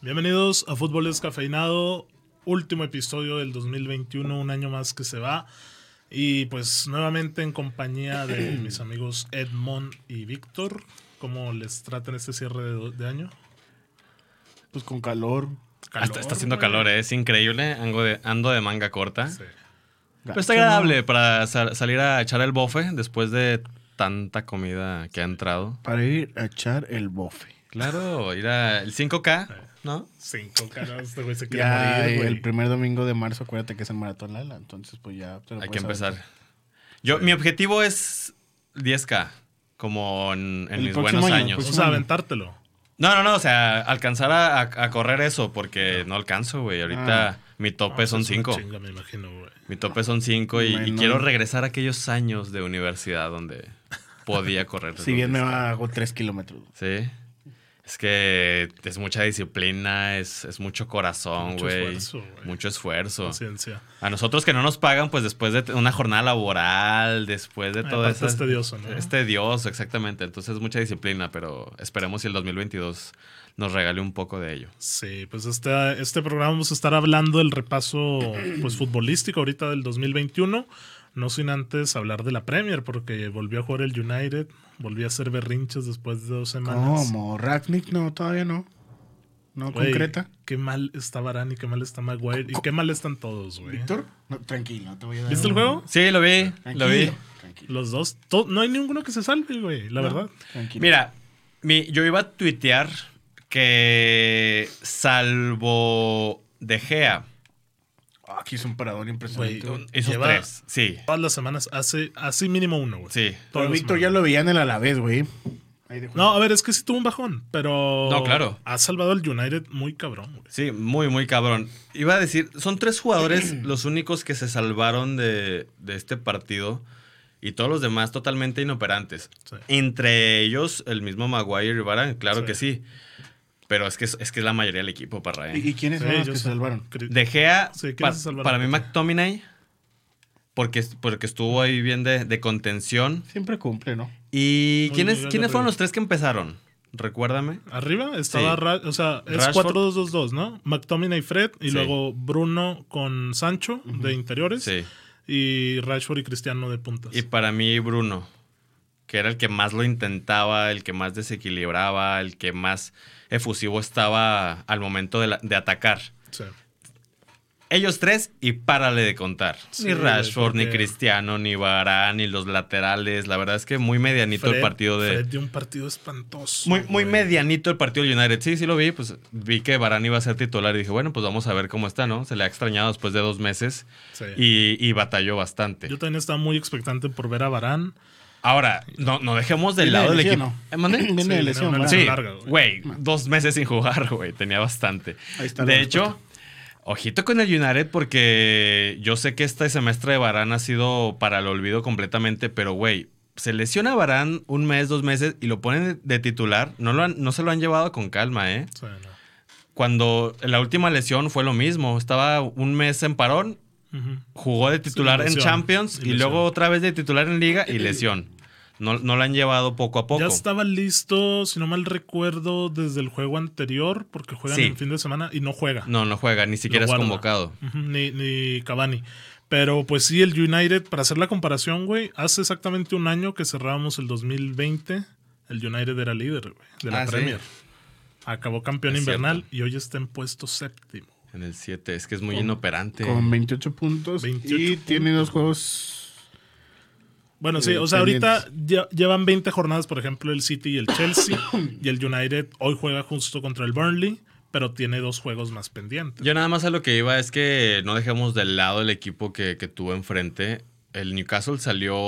Bienvenidos a Fútbol Descafeinado, último episodio del 2021, un año más que se va. Y pues nuevamente en compañía de mis amigos Edmond y Víctor, ¿cómo les tratan este cierre de, de año? Pues con calor. Ah, está, está haciendo calor, eh, es increíble. Ando de, ando de manga corta. Sí. Pero está agradable para sal- salir a echar el bofe después de tanta comida que ha entrado. Para ir a echar el bofe. Claro, ir al 5K, ¿no? Cinco caras, este güey se quiere Ya, morir, y güey. el primer domingo de marzo, acuérdate que es el maratón Lala. Entonces, pues ya. te lo Hay que puedes empezar. aventar. Yo, mi objetivo es 10K, como en, en El mis próximo buenos año, años. O pues. sea, aventártelo. No, no, no, o sea, alcanzar a, a- a correr eso, porque no alcanzo, güey. Ahorita Ah. mi tope son pues, Es una 5. chinga, me imagino, güey. Mi tope son 5 y, y Bueno. quiero regresar a aquellos años de universidad donde podía correr. Si bien me los va, hago tres kilómetros. Sí. Es que es mucha disciplina, es, es mucho corazón, Mucho güey. esfuerzo, güey. Mucho esfuerzo. Paciencia. A nosotros que no nos pagan, pues después de t- una jornada laboral, después de Ay, todo aparte eso. es tedioso, ¿no? Es tedioso, exactamente. Entonces es mucha disciplina, pero esperemos si el 2022 nos regale un poco de ello. Sí, pues este, este programa vamos a estar hablando del repaso pues futbolístico ahorita del 2021, no sin antes hablar de la Premier, porque volvió a jugar el United, volvió a hacer berrinches después de dos semanas. ¿Cómo? Ratnik, no, todavía no. No Güey, ¿Eh? concreta. Qué mal está Varane y qué mal está Maguire y qué mal están todos, güey. Víctor, no, tranquilo, te voy a dar. ¿Viste el un- juego? Sí, lo vi, Tranquilo, lo vi. tranquilo. Los dos, to- no hay ninguno que se salve, güey, la verdad. Tranquilo. Mira, mi- yo iba a tuitear que salvo De Gea, Ah, aquí es un parador impresionante. Güey, güey. esos Lleva- tres, sí, Todas las semanas hace así mínimo uno, güey. sí. todas Pero las Víctor semanas. ya lo veían el Alavés, güey. Ahí dejó. No, a ver, es que sí tuvo un bajón, pero No, claro. ha salvado al United muy cabrón, güey. Sí, muy, muy cabrón. Iba a decir, son tres jugadores los únicos que se salvaron de, de este partido y todos los demás totalmente inoperantes. Sí. Entre ellos, el mismo Maguire y Varane, claro Sí. que sí. Pero es que es, es que es la mayoría del equipo, Parra. ¿Y, ¿eh? y quiénes Sí, son los yo que se sé. salvaron? Cri- De Gea, Sí, ¿quiénes pa- se salvaron? para mí McTominay, porque, porque estuvo ahí bien de, de contención. Siempre cumple, ¿no? ¿Y Muy quiénes, bien, quiénes la fueron pregunta. los tres que empezaron? Recuérdame. Arriba estaba, Sí. Ra- o sea, es Rashford. 4-2-2-2, ¿no? McTominay y Fred, y Sí. luego Bruno con Sancho de interiores, Sí. y Rashford y Cristiano de puntas. Y para mí, Bruno, que era el que más lo intentaba, el que más desequilibraba, el que más efusivo estaba al momento de, la- de atacar. Sí. Ellos tres y párale de contar. Sí, ni Rashford, güey, ni porque- Cristiano, ni Varane, ni los laterales. La verdad es que muy medianito el Fred- partido de... Fred dio un partido espantoso. Muy, güey. muy medianito el partido del United. Sí, sí lo vi. Pues vi que Varane iba a ser titular y dije, bueno, pues vamos a ver cómo está, ¿no? Se le ha extrañado después de dos meses Sí. y, y batalló bastante. Yo también estaba muy expectante por ver a Barán. Ahora, no, no dejemos de Viene lado de el lesión, equipo. ¿no? ¿Eh, mande? Viene Sí, de viene lesión, una ¿verdad? Sí, larga, güey. güey, dos meses sin jugar, güey, tenía bastante. Ahí está la de hecho, ojito con el United porque yo sé que este semestre de Barán ha sido para el olvido completamente, pero güey, se lesiona Barán un mes, dos meses y lo ponen de titular, no, lo han- no se lo han llevado con calma, ¿eh? Sí, no. Cuando la última lesión fue lo mismo, estaba un mes en parón, Ujú. jugó de titular en lesión, Champions y y, lesión. luego otra vez de titular en Liga y lesión. No, no lo han llevado poco a poco. Ya estaba listo, si no mal recuerdo, desde el juego anterior, porque juegan Sí. en fin de semana y no juega. No, no juega, ni siquiera es guarda. convocado. Ujú, ni, ni Cavani. Pero pues sí, el United, para hacer la comparación, güey, hace exactamente un año que cerrábamos el 2020, el United era líder güey, de la Ah, sí. Premier. Acabó campeón Es invernal cierto. y hoy está en puesto séptimo. En el 7, es que es muy Con- inoperante. Este, Con 28 puntos. 28 y tiene dos juegos. Bueno, Eh, sí, o sea, pendientes. ahorita ya- llevan 20 jornadas, por ejemplo, el City y el Chelsea, y el United hoy juega justo contra el Burnley, pero tiene dos juegos más pendientes. Yo nada más a lo que iba es que no dejemos de lado el equipo que, que tuvo enfrente. El Newcastle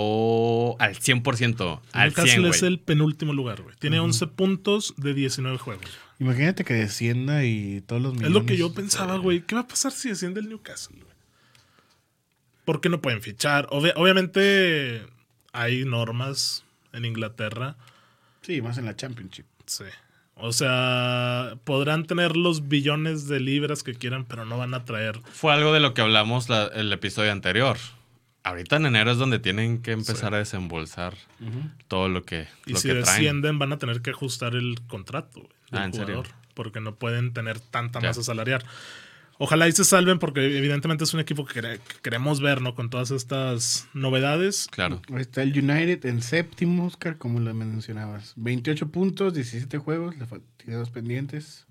salió al 100%. Al Newcastle 100, es güey. el penúltimo lugar, güey. Tiene 11 puntos de 19 juegos. Imagínate que descienda y todos los Es millones. lo que yo pensaba, güey. ¿Qué va a pasar si desciende el Newcastle, güey? ¿Por qué no pueden fichar? Obvia- obviamente hay normas en Inglaterra. Sí, más en la Championship. Sí. O sea, podrán tener los billones de libras que quieran, pero no van a traer. Fue algo de lo que hablamos la- el episodio anterior. Ahorita en enero es donde tienen que empezar a desembolsar todo lo que, Y lo si que traen. descienden, van a tener que ajustar el contrato güey, del Ah, ¿en serio? jugador. Porque no pueden tener tanta Ya. masa salarial. Ojalá y se salven, porque evidentemente es un equipo que, quere- que queremos ver, ¿no? Con todas estas novedades. Claro. Ahí Está el United en séptimo, Oscar, como lo mencionabas. 28 puntos, 17 juegos, le fal- tiene dos pendientes.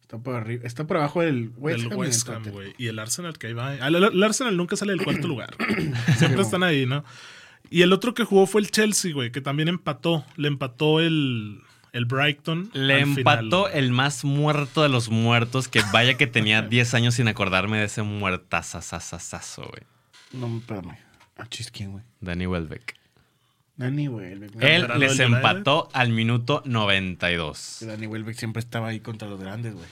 Está por arriba, está por abajo del West del Ham. y West del Ham, Tottenham. güey. Y el Arsenal que ahí va. Ah, El, el Arsenal nunca sale del cuarto lugar. Siempre están ahí, ¿no? Y el otro que jugó fue el Chelsea, güey, que también empató. Le empató el, el Brighton. Le al final. empató el más muerto de los muertos, que vaya que tenía 10 años sin acordarme de ese muertazazazazazo, güey. No, espérame. Ah, chis, ¿quién, güey? Danny Welbeck. Dani Welbeck. ¿no? Él Ganador les del United. empató al minuto 92. Que Dani Welbeck siempre estaba ahí contra los grandes, güey.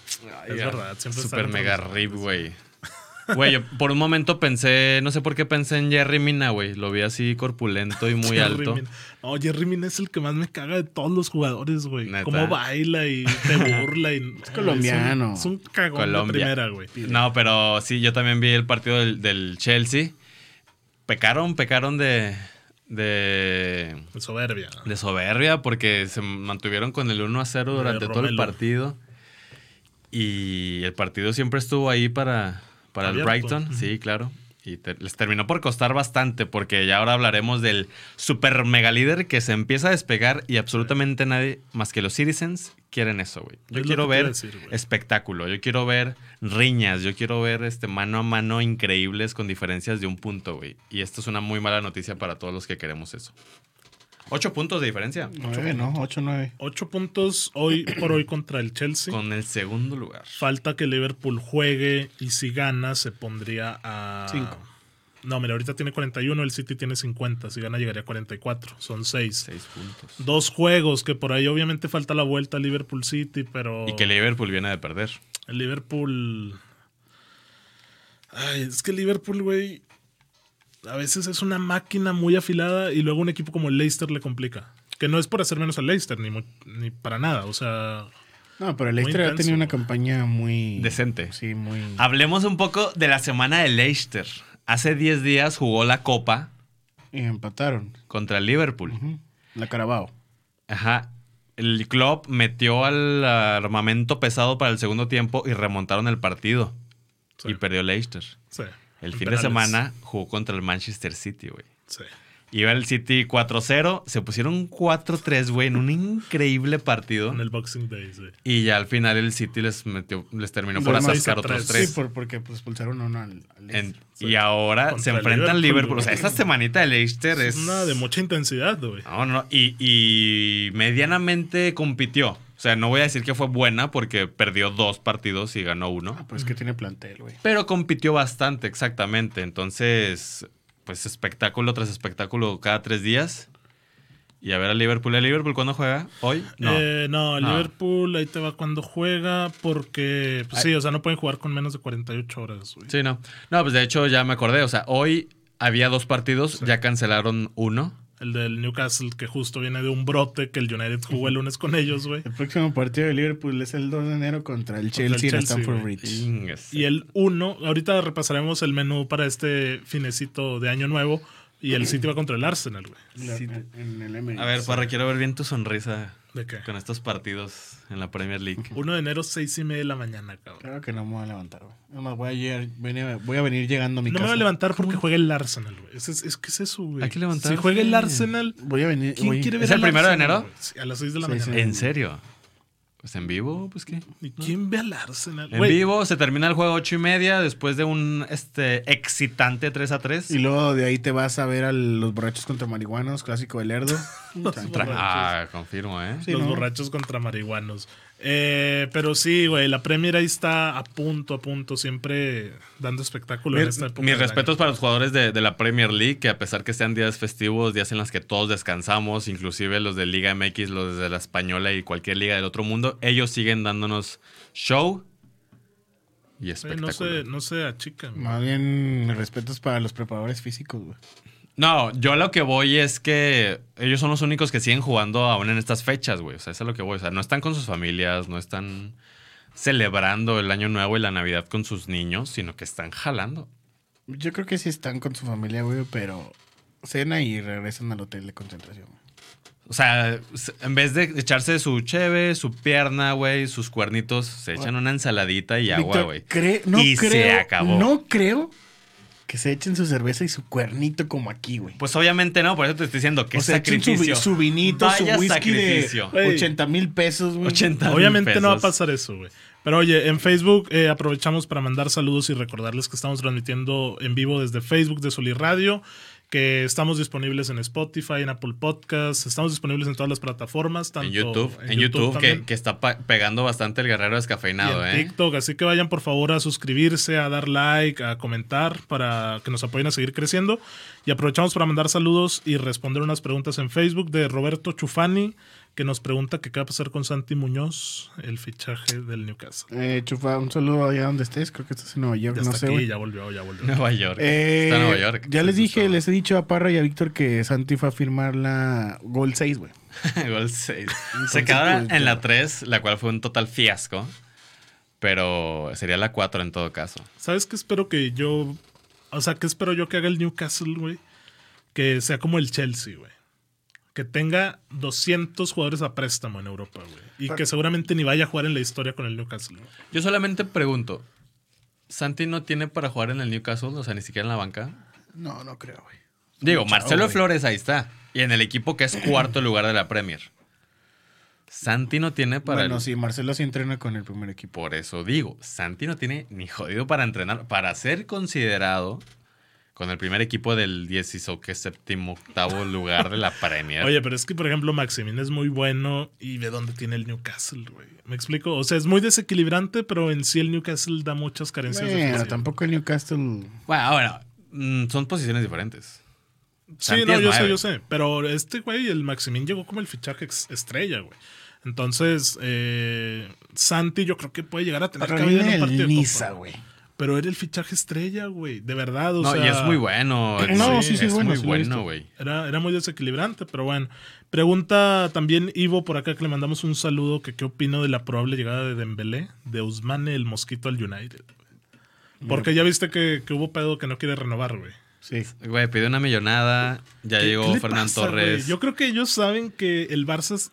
Es verdad, siempre está Super dentro mega de los rip, güey. Güey, yo por un momento pensé, no sé por qué pensé en Jerry Mina, güey. Lo vi así corpulento y muy Jerry alto. Mina. No, Jerry Mina es el que más me caga de todos los jugadores, güey. ¿Neta? Cómo baila y te burla. Y, es colombiano. Es un, cagón Colombia. de primera, güey. No, pero sí, yo también vi el partido del, del Chelsea. Pecaron, pecaron de, de, De Soberbia. de soberbia porque se mantuvieron con el 1 a 0 De durante todo el Romelu. partido. Y el partido siempre estuvo ahí para, para el Abierto. Brighton, sí, claro. Y te- les terminó por costar bastante porque ya ahora hablaremos del super mega líder que se empieza a despegar y absolutamente nadie más que los Citizens quieren eso, güey. Es Yo lo quiero que te iba ver a decir, güey. espectáculo, yo quiero ver riñas, yo quiero ver este mano a mano increíbles con diferencias de un punto, güey. Y esto es una muy mala noticia para todos los que queremos eso. Ocho puntos de diferencia Nueve, ¿no? Ocho, nueve. Ocho puntos hoy por hoy contra el Chelsea. con el segundo lugar. Falta que Liverpool juegue y si gana se pondría a... Cinco. No, mira, ahorita tiene 41, el City tiene 50, si gana llegaría a 44, son 6. Seis puntos. Dos juegos que por ahí obviamente falta la vuelta a Liverpool City, pero... Y que Liverpool viene de perder. El Liverpool... Ay, es que Liverpool, güey, a veces es una máquina muy afilada y luego un equipo como el Leicester le complica. Que no es por hacer menos al Leicester, ni, mu- ni para nada, o sea... No, pero el Muy Leicester ha intenso, tenido una güey. campaña muy... Decente. Ah. Sí, muy... Hablemos un poco de la semana de Leicester. Hace 10 días jugó la Copa Y empataron. contra el Liverpool. Ujú. La Carabao. Ajá. El club metió al armamento pesado para el segundo tiempo y remontaron el partido. Sí. Y perdió Leicester. sí, en El fin penales. de semana jugó contra el Manchester City, güey. Sí. Iba el City 4-0, se pusieron 4-3, güey, en un increíble partido. En el Boxing Day, sí. Y ya al final el City les metió, les terminó por Los más atascar hizo otros tres. tres. Sí, por- porque pues, expulsaron a uno al, al En- Leicester. y ahora Contra se el enfrentan al Liverpool. Liverpool, O sea, esta semanita de Leicester Es es. una de mucha intensidad, güey. No, no, y, y medianamente compitió. O sea, no voy a decir que fue buena porque perdió dos partidos y ganó uno. Ah, pues es que tiene plantel, güey. Pero compitió bastante, exactamente. Entonces, pues espectáculo tras espectáculo cada tres días. Y a ver a Liverpool. ¿El Liverpool cuándo juega? ¿Hoy? No. Eh, no, el Ah. Liverpool ahí te va cuando juega porque, pues, sí, o sea, no pueden jugar con menos de 48 horas, güey. Sí, no. No, pues de hecho ya me acordé. O sea, hoy había dos partidos, ya cancelaron uno. El del Newcastle que justo viene de un brote que el United jugó el lunes con ellos, güey. El próximo partido de Liverpool es el 2 de enero contra el Chelsea, el en Chelsea, Stamford güey. Bridge. Chingues. Y el 1, ahorita repasaremos el menú para este finecito de año nuevo y el City va contra el Arsenal, güey. La- en, el Emirates. A ver, Parra, quiero ver bien tu sonrisa ¿De qué? con estos partidos en la Premier League. 1 de enero, 6 y media de la mañana, cabrón. Claro que no me voy a levantar, güey. No más voy a, llegar- venir- voy a venir llegando a mi No me casa. voy a levantar porque juega el Arsenal, güey. Es, es, es que es eso, güey. Hay que levantarse. Si juega el Arsenal, Voy a venir. ¿quién voy- quiere ver ¿Es el al primero de Arsenal, enero? güey? Sí, a las 6 de la Sí, mañana. sí. ¿En serio? Pues en vivo, pues qué. ¿Y quién ve al Arsenal? En Güey, vivo se termina el juego ocho y media después de un este excitante 3 a 3. Y luego de ahí te vas a ver a los borrachos contra marihuanos, clásico del Lerdo. Los Tranquilo. borrachos. Ah, confirmo, ¿eh? Sí, los ¿no? borrachos contra marihuanos. Eh, pero sí, güey, la Premier ahí está a punto, a punto, siempre dando espectáculo en esta época. Mis del año. respetos para los jugadores de, de la Premier League, que a pesar que sean días festivos, días en los que todos descansamos, inclusive los de Liga MX, los de la Española y cualquier liga del otro mundo, ellos siguen dándonos show y Sí, Eh, no, espectáculo. se, no se achican. güey. Más bien, mis respetos para los preparadores físicos, güey. No, yo a lo que voy es que ellos son los únicos que siguen jugando aún en estas fechas, güey. O sea, eso es a lo que voy. O sea, no están con sus familias, no están celebrando el año nuevo y la Navidad con sus niños, sino que están jalando. Yo creo que sí están con su familia, güey, pero cena y regresan al hotel de concentración. güey. O sea, s- en vez de echarse su cheve, su pierna, güey, sus cuernitos, se echan una ensaladita y agua, Víctor, güey. cre- no y creo, se acabó. No creo que se echen su cerveza y su cuernito como aquí, güey. Pues obviamente no, por eso te estoy diciendo que o sea, echen su, vi- sacrificio. su vinito, Vaya su whisky sacrificio. de 80 mil pesos, güey. 80 mil Obviamente no va a pesos. pasar eso, güey. Pero oye, en Facebook eh, aprovechamos para mandar saludos y recordarles que estamos transmitiendo en vivo desde Facebook de Soli Radio, que estamos disponibles en Spotify, en Apple Podcasts, estamos disponibles en todas las plataformas, tanto En YouTube, en YouTube, que, también, que está pa- pegando bastante el guerrero y en descafeinado, ¿eh? TikTok, así que vayan por favor a suscribirse, a dar like, a comentar para que nos apoyen a seguir creciendo. Y aprovechamos para mandar saludos y responder unas preguntas en Facebook de Roberto Chufani, que nos pregunta que qué va a pasar con Santi Muñoz, el fichaje del Newcastle. Eh, chufa, un saludo allá donde estés. Creo que estás en Nueva York, Ya no está sé, aquí, güey. ya volvió, ya volvió. Nueva York. Eh, está en Nueva York. Ya les dije, Justo. les he dicho a Parra y a Víctor que Santi fue a firmar la Gol 6, güey. Gol seis. Se quedaron pues, en la ya. 3, la cual fue un total fiasco. Pero sería la 4 en todo caso. ¿Sabes qué espero que yo. O sea, ¿qué espero yo que haga el Newcastle, güey? Que sea como el Chelsea, güey. Que tenga 200 jugadores a préstamo en Europa, güey. Y que seguramente ni vaya a jugar en la historia con el Newcastle. güey. Yo solamente pregunto: ¿Santi no tiene para jugar en el Newcastle? O sea, ni siquiera en la banca. No, no creo, güey. Digo, Marcelo güey. Flores ahí está. Y en el equipo que es cuarto lugar de la Premier. Santi no tiene para. Bueno, el- sí, Marcelo sí entrena con el primer equipo. Por eso digo, Santi no tiene ni jodido para entrenar, para ser considerado con el primer equipo del 16 o que séptimo octavo lugar de la Premier. Oye, pero es que, por ejemplo, Maximin es muy bueno y de dónde tiene el Newcastle, güey. ¿Me explico? O sea, es muy desequilibrante, pero en sí el Newcastle da muchas carencias. Bueno, defensivas. tampoco el Newcastle. Bueno, bueno, mm, son posiciones diferentes. Sí, Santi no, es yo sé, nueve. yo sé. Pero este güey, el Maximín, llegó como el fichaje ex- estrella, güey. Entonces, eh, Santi yo creo que puede llegar a tener Pero cabida en viene un partido el de Copa. Niza, güey. Pero era el fichaje estrella, güey. De verdad, o No, sea. y es muy bueno. No, sí, sí, es es bueno, muy sí lo he bueno, visto. güey. Era, era muy desequilibrante, pero bueno. Pregunta también Ivo por acá que le mandamos un saludo que qué opino de la probable llegada de Dembélé, de Usmane el Mosquito al United. Porque ya viste que, que hubo pedo que no quiere renovar, güey. Sí. Güey, pidió una millonada, ya ¿Qué- qué llegó le Fernán pasa, Torres. güey? Yo creo que ellos saben que el Barça es-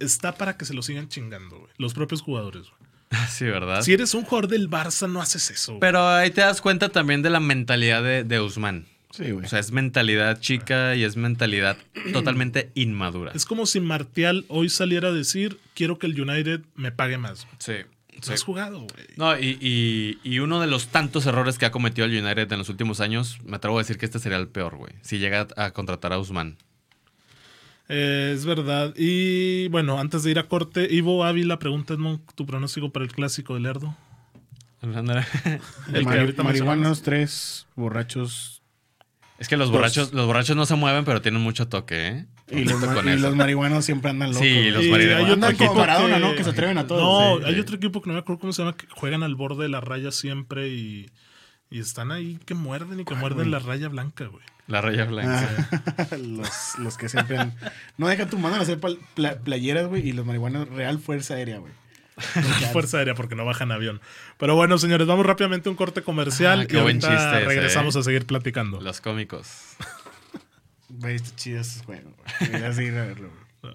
está para que se lo sigan chingando, güey. Los propios jugadores, güey. Sí, ¿verdad? Si eres un jugador del Barça, no haces eso. güey. Ah. Pero ahí te das cuenta también de la mentalidad de, de Usman. Sí, güey. O sea, es mentalidad chica y es mentalidad totalmente inmadura. Es como si Martial hoy saliera a decir, quiero que el United me pague más. güey. Sí. No has jugado, güey. No, y, y- y uno de los tantos errores que ha cometido el United en los últimos años, me atrevo a decir que este sería el peor, güey. Si llega a contratar a Usman. Eh, es verdad. Y bueno, antes de ir a corte, Ivo Ávila pregunta, Edmond, ¿tu pronóstico para el clásico del Lerdo? El que Mari- ahorita marihuanos, tres borrachos. Es que los borrachos, los borrachos no se mueven, pero tienen mucho toque, ¿eh? Y los, Ojito ma- con y eso. los marihuanos siempre andan locos. Sí, güey. los Y marihuanos. Eh, hay otro Andan como equipo Maradona, ¿no? Que se atreven a todo. No, Sí, hay sí. otro equipo que no me acuerdo cómo se llama, que juegan al borde de la raya siempre y, y están ahí que muerden y que muerden la raya blanca, güey. La raya blanca. Ah, los, los que siempre han- No deja tu mano de hacer pal- pla- playeras, güey. Y los marihuanos, real fuerza aérea, güey. Fuerza aérea porque no bajan avión. Pero bueno, señores, vamos rápidamente a un corte comercial Ah, qué y buen ahorita chiste ese, regresamos eh. a seguir platicando. Los cómicos. Güey, está chido ese juego, güey. Deberías de ir a verlo, güey.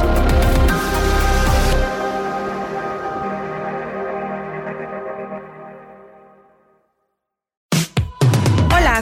Hola,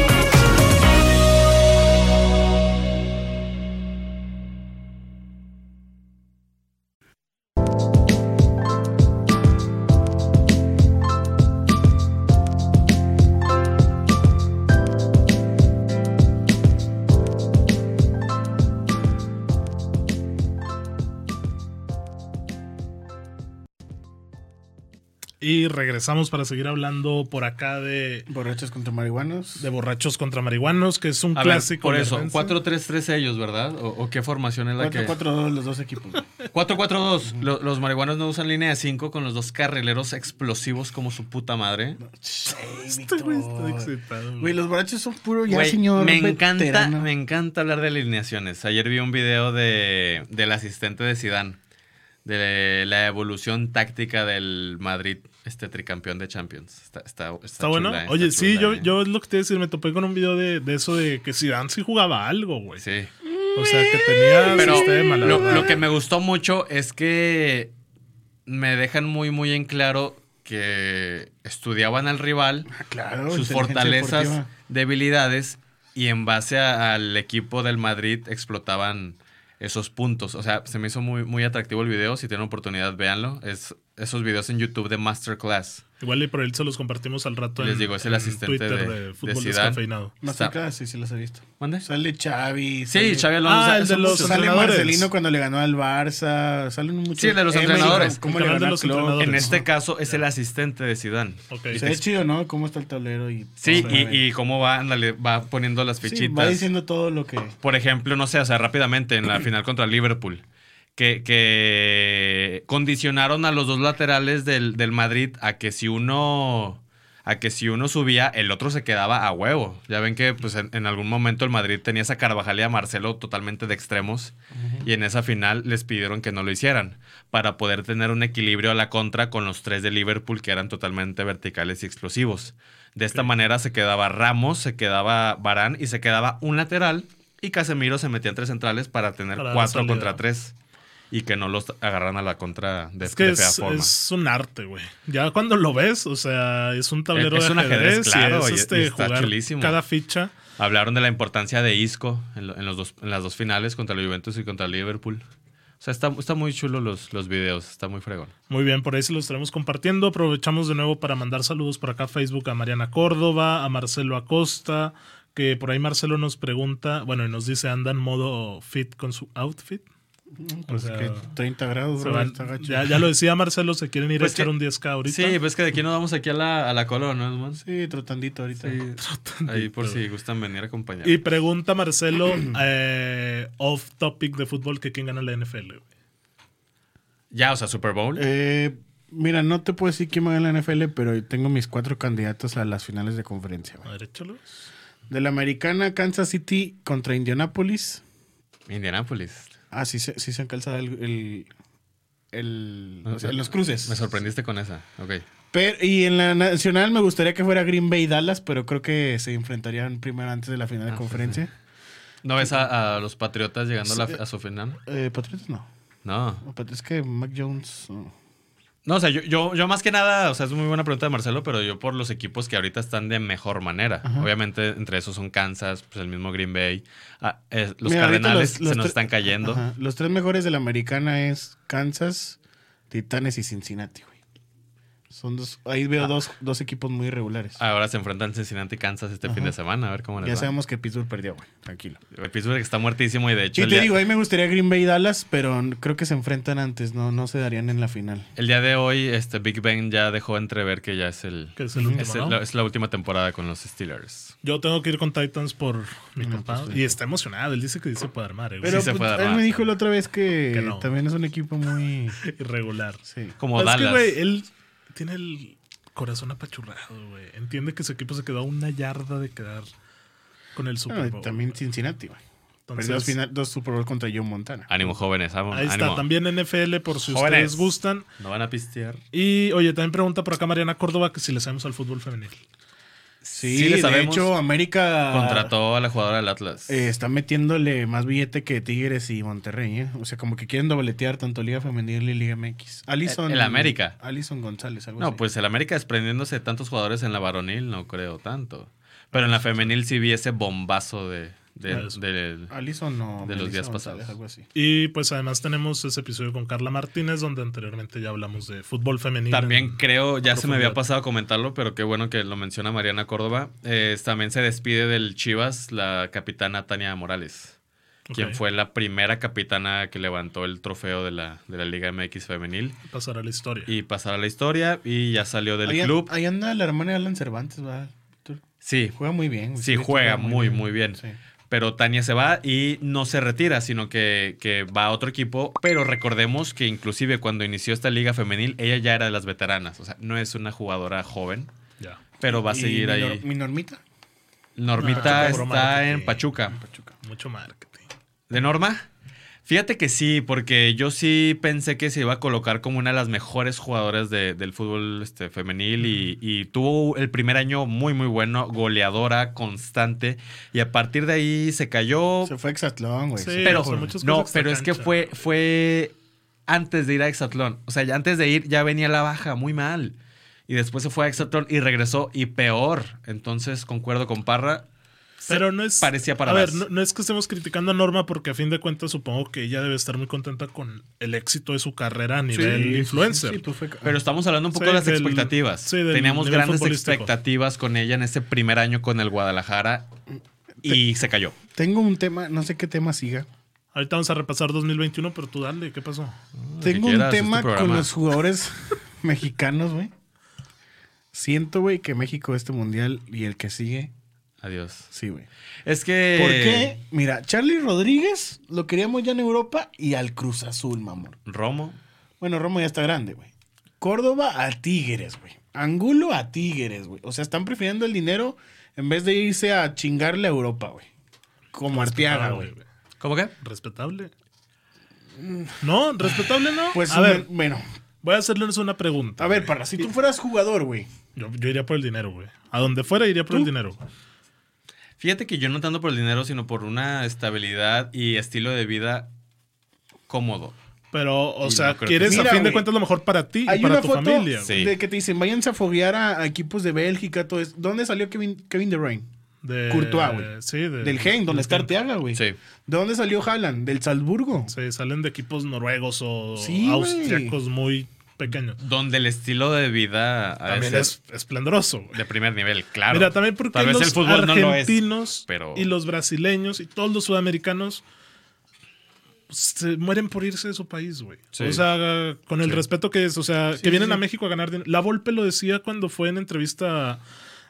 Y regresamos para seguir hablando por acá de, Borrachos contra marihuanos. de Borrachos contra Marihuanos, que es un A ver, clásico. por eso, verdense. 4-3-3 ellos, ¿verdad? ¿O, o qué formación es la que...? 4-4-2 los dos equipos. güey. 4-4-2. Lo- Los, marihuanos no usan línea de 5 con los dos carrileros explosivos como su puta madre. Sí, Este güey está Víctor. excitado, güey. Güey, los borrachos son puro ya, Güey, señor. me encanta, veterano. me encanta hablar de alineaciones. Ayer vi un video de del asistente de Zidane de la evolución táctica del Madrid, este tricampeón de Champions. Está, está, está Está bueno. chula, está Oye, sí, chula, yo, eh. yo es lo que te iba a decir, me topé con un video de, de eso de que Zidane sí jugaba algo, güey. Sí. O sea, que tenía Pero sistema, la lo, verdad. lo que me gustó mucho es que me dejan muy, muy en claro que estudiaban al rival, Ah, claro, sus inteligencia fortalezas, deportiva. debilidades, y en base a- al equipo del Madrid explotaban esos puntos. O sea, se me hizo muy, muy atractivo el video. Si tienen oportunidad, véanlo. Es esos videos en YouTube de Masterclass. Igual y por él se los compartimos al rato Les en, digo, es el en asistente Twitter de- de, de fútbol Zidane. descafeinado. Más Está- acá, sí, sí los he visto. ¿Mande? Sale Sí, Xavi. sale- Xavi Alonso. Ah, el de Son- los Sale entrenadores. Marcelino cuando le ganó al Barça. Salen muchos. Sí, el de los Emery, entrenadores. El ¿Cómo le canal ganó de a los Klopp. entrenadores. En este caso es el asistente de Zidane. Ok. Y Se te ve chido, ¿no? Cómo está el tablero y... Sí, Vamos a y, ver. y cómo va, ándale, va poniendo las Sí, fichitas. va diciendo todo lo que... Por ejemplo, no sé, o sea, rápidamente en la final contra Liverpool, que, que condicionaron a los dos laterales del, del Madrid a que si uno a que si uno subía, el otro se quedaba a huevo. Ya ven que pues en, en algún momento el Madrid tenía esa Carvajal y a Marcelo totalmente de extremos y en esa final les pidieron que no lo hicieran para poder tener un equilibrio a la contra con los tres de Liverpool que eran totalmente verticales y explosivos. De esta manera se quedaba Ramos, se quedaba Barán y se quedaba un lateral y Casemiro se metía entre centrales para tener Para la cuatro salida. contra tres y que no los agarran a la contra de, Es que de fea es, forma. es un arte, güey. Ya cuando lo ves, o sea, es un tablero Es- es de un ajedrez, ajedrez, y claro, es, y- y este, está jugar chulísimo. cada ficha. Hablaron de la importancia de Isco en, lo- en los dos, en las dos finales contra la Juventus y contra el Liverpool. O sea, está, está muy chulo los, los videos, está muy fregón. Muy bien, por ahí se los estaremos compartiendo. Aprovechamos de nuevo para mandar saludos por acá a Facebook a Mariana Córdoba, a Marcelo Acosta, que por ahí Marcelo nos pregunta, bueno, y nos dice, ¿anda en modo fit con su outfit? Pues sea, que 30 grados, Se bro, van- está gacho. ya, ya lo decía Marcelo, se quieren ir Pues a echar que- un 10K ahorita. Sí, pues que de aquí nos vamos aquí a la, a la Colón, ¿no, Edmond? Sí, trotandito ahorita. Sí. Ahí por si gustan venir a acompañar. Y pregunta Marcelo, eh, off topic de fútbol, que quién gana la NFL. güey. Ya, o sea, Super Bowl. Eh, mira, no te puedo decir quién va a ganar la NFL, pero tengo mis cuatro candidatos a las finales de conferencia. A güey. ver, échalos. De la americana, Kansas City contra Indianapolis. Indianápolis. Ah, sí, se- sí se han calzado el... el- el- No, o sea, sí. los cruces. Me sorprendiste con esa. Ok. Pero- y en la nacional me gustaría que fuera Green Bay y Dallas, pero creo que se enfrentarían primero antes de la final de Ah, conferencia. ¿No ves a, a los Patriotas llegando a, la- a su final? Eh, Patriotas no. No. No, Pat- Es que Mac Jones. no. No, o sea, yo, yo, yo más que nada, o sea, es muy buena pregunta de Marcelo, pero yo por los equipos que ahorita están de mejor manera. Obviamente, entre esos son Kansas, pues el mismo Green Bay. Ah, eh, los Mira, ahorita Cardenales los- los se nos tre- están cayendo. Ajá. Los tres mejores de la americana es Kansas, Titanes y Cincinnati, güey. Son dos, ahí Ah. veo dos, dos equipos muy irregulares. Ahora se enfrentan Cincinnati y Kansas este fin de semana, a ver cómo les ya va. Eh, sabemos que Pittsburgh perdió, güey. Tranquilo. Pittsburgh está muertísimo y de hecho Y el te día, digo, a mí me gustaría Green Bay y Dallas, pero creo que se enfrentan antes, no, no se darían en la final. el día de hoy este Big Ben ya dejó entrever que ya es el, Que es el último, es ¿no? el- es la última temporada con los Steelers. Yo tengo que ir con Titans por mi compadre. Y está emocionado. Él dice que dice puede armar. eh, güey. pues, Pero se pues, puede él armar. me dijo la otra vez que, Que no. también es un equipo muy... Irregular. Sí. Como es Dallas. que, güey, él tiene el corazón apachurrado, güey. Entiende que su equipo se quedó a una yarda de quedar con el Ah, Super Bowl. también Cincinnati, güey. Entonces, Perdió al final dos Super Bowl contra Joe Montana. Ánimo jóvenes, ánimo. Ahí está, ánimo. también NFL por si Jóvenes. ustedes gustan. No van a pistear. Y oye, también pregunta por acá Mariana Córdoba que si le sabemos al fútbol femenil. Sí, le de sabemos. hecho, Ah. América... Contrató a la jugadora del Atlas. eh, está metiéndole más billete que Tigres y Monterrey, ¿eh? O sea, como que quieren dobletear tanto Liga Femenil y Liga MX. Alison... El- el América. Alison González, algo así. no, pues el América desprendiéndose de tantos jugadores en la varonil, no creo tanto. Pero en la femenil sí vi ese bombazo de, de- Ah, eso. de- Alison no... de los Melissa días González, pasados. Algo así. Y pues además tenemos ese episodio con Carla Martínez donde anteriormente ya hablamos de fútbol femenil. También en- creo, ya se me había profundidad. pasado comentarlo, pero qué bueno que lo menciona Mariana Córdoba. Eh, también se despide del Chivas la capitana Tania Morales, quien Ok, fue la primera capitana que levantó el trofeo de la, de la Liga MX femenil Pasar a la historia. y pasará a la historia y ya salió del ahí, club. ahí anda la hermana de Alan Cervantes, va. Víctor. Sí, Juega muy bien. güey. Sí, juega muy, muy bien. Sí. pero Tania se va y no se retira, sino que, que va a otro equipo. Pero recordemos que inclusive cuando inició esta liga femenil, ella ya era de las veteranas, o sea, no es una jugadora joven, Ya. pero va a Y seguir mi ahí. nor- Mi normita. Normita Ah, está Pachuca, en sí. Pachuca. Mucho marketing. ¿De Norma? Fíjate que sí, porque yo sí pensé que se iba a colocar como una de las mejores jugadoras de- del fútbol este, femenil y, y tuvo el primer año muy, muy bueno, goleadora, constante, y a partir de ahí se cayó. Se fue a Exatlón, güey. Sí, Se pero o sea, muchas no, cosas pero es que extracancha. fue, fue antes de ir a Exatlón. O sea, ya antes de ir ya venía la baja muy mal. Y después se fue a Exatlón y regresó y peor. Entonces, concuerdo con Parra. se Pero no es. Parecía para a ver, más. no, no es que estemos criticando a Norma, porque a fin de cuentas supongo que ella debe estar muy contenta con el éxito de su carrera a nivel influencer. Sí, pues fue- Pero estamos hablando un poco Sí, de las del- expectativas. sí, del Teníamos nivel grandes futbolístico. expectativas con ella en ese primer año con el Guadalajara y se cayó. Tengo un tema, no sé qué tema siga. Ahorita vamos a repasar 2021, pero tú dale, ¿qué pasó? Tengo un quieras, es tu tema con programa. los jugadores mexicanos, güey. Siento, güey, que México este mundial y el que sigue, Adiós. sí, güey. Es que. ¿Por qué? Mira, Charlie Rodríguez lo queríamos ya en Europa y al Cruz Azul, mamón. Romo. Bueno, Romo ya está grande, güey. Córdoba a Tigres, güey. Angulo a Tigres, güey. O sea, están prefiriendo el dinero en vez de irse a chingarle a Europa, güey. Como Arteaga, güey. ¿Cómo qué? Ah, Respetable. No, respetable no. Pues, a ver, bueno. voy a hacerles una pregunta. A ver, Parra, si tú fueras jugador, güey. Yo, yo iría por el dinero, güey. A donde fuera iría por el dinero. Fíjate que yo no tanto por el dinero, sino por una estabilidad y estilo de vida cómodo. Pero, o Y sea, no creo que quieres sí. a Mira, fin de güey, cuentas lo mejor para ti y Hay para una tu foto familia. güey. Sí. de que te dicen, váyanse a foguear a, a equipos de Bélgica, todo eso. ¿Dónde salió Kevin, Kevin De Bruyne? De, Courtois, güey. Sí, de- del Gen, donde está Arteaga, güey. Sí. ¿De dónde salió Haaland? Del Salzburgo. Sí, salen de equipos noruegos o Sí, güey. austriacos muy pequeños. Donde el estilo de vida a También veces es esplendoroso, güey. de primer nivel, claro. Mira, también porque Tal vez los el fútbol no lo es, argentinos pero- y los brasileños y todos los sudamericanos pues, se mueren por irse de su país, güey. Sí. O sea, con el respeto que es, o sea, que vienen a México a ganar dinero. La Volpe lo decía cuando fue en entrevista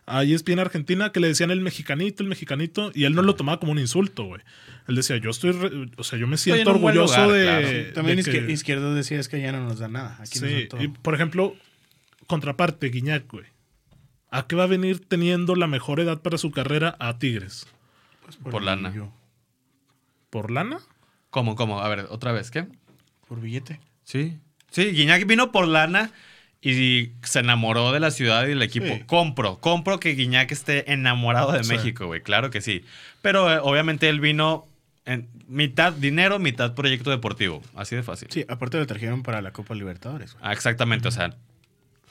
a E ESPN Argentina, que le decían el mexicanito, el mexicanito, y él no lo tomaba como un insulto, güey. Él decía, yo estoy, re- o sea, yo me siento en un buen orgulloso lugar, de... claro. de También que- izquier- Izquierdo decía, es que ya no nos da nada. Aquí nos Sí, dan todo". y por ejemplo, contraparte, Guiñac, güey. ¿A qué va a venir teniendo la mejor edad para su carrera a Tigres? Pues por lana. billullo, ¿Por lana? ¿Cómo, cómo? A ver, otra vez, ¿qué? Por billete. Sí. Sí, Guiñac vino por lana y se enamoró de la ciudad y del equipo. Sí. Compro, compro que Guiñac esté enamorado de Sí. México, güey, claro que sí. Pero eh, obviamente él vino en mitad dinero, mitad proyecto deportivo, así de fácil. Sí, aparte lo trajeron para la Copa Libertadores, güey. Ah, exactamente, o sea,